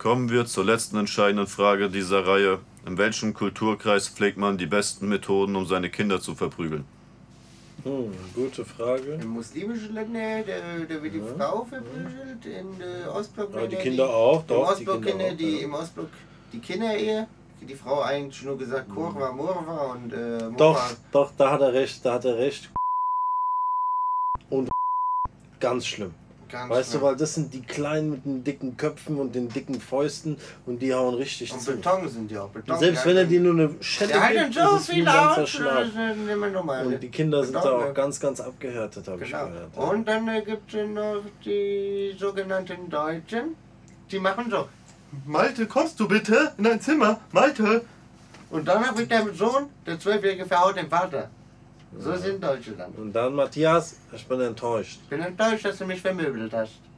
Kommen wir zur letzten entscheidenden Frage dieser Reihe. In welchem Kulturkreis pflegt man die besten Methoden, um seine Kinder zu verprügeln? Hm, gute Frage. Im muslimischen Ländern, da, da wird die Ja. Frau verprügelt, in der Ostblock. Ja, die Länder, Kinder auch, Im doch. Ostblock, die, Kinder Kinder, auch, die, ja. im Ostblock die Kinder-Ehe, die Frau eigentlich nur gesagt, Kurva, Murva und äh, Murva. Mhm. Doch, doch, da hat er recht, da hat er recht. Und ganz schlimm. Ganz Weißt du, klar. weil das sind die Kleinen mit den dicken Köpfen und den dicken Fäusten und die hauen richtig Und zu. Beton halt sind die auch. Beton, Und selbst wenn er dir die nur eine Schelle Der hat dann gibt, so ist es wie ein viel ganzer aus, Schlag. nehmen wir nochmal. Und die Kinder sind da Beton, auch ne? ganz, ganz abgehärtet, habe ich Genau. gehört. ja. Und dann äh, gibt es noch die sogenannten Deutschen, die machen so. Malte, kommst du bitte in dein Zimmer? Malte! Und dann habe ich den Sohn, der Zwölfjährige verhaut den Vater. So sind Deutsche dann. Und dann, Matthias, ich bin enttäuscht. Ich bin enttäuscht, dass du mich vermöbelt hast.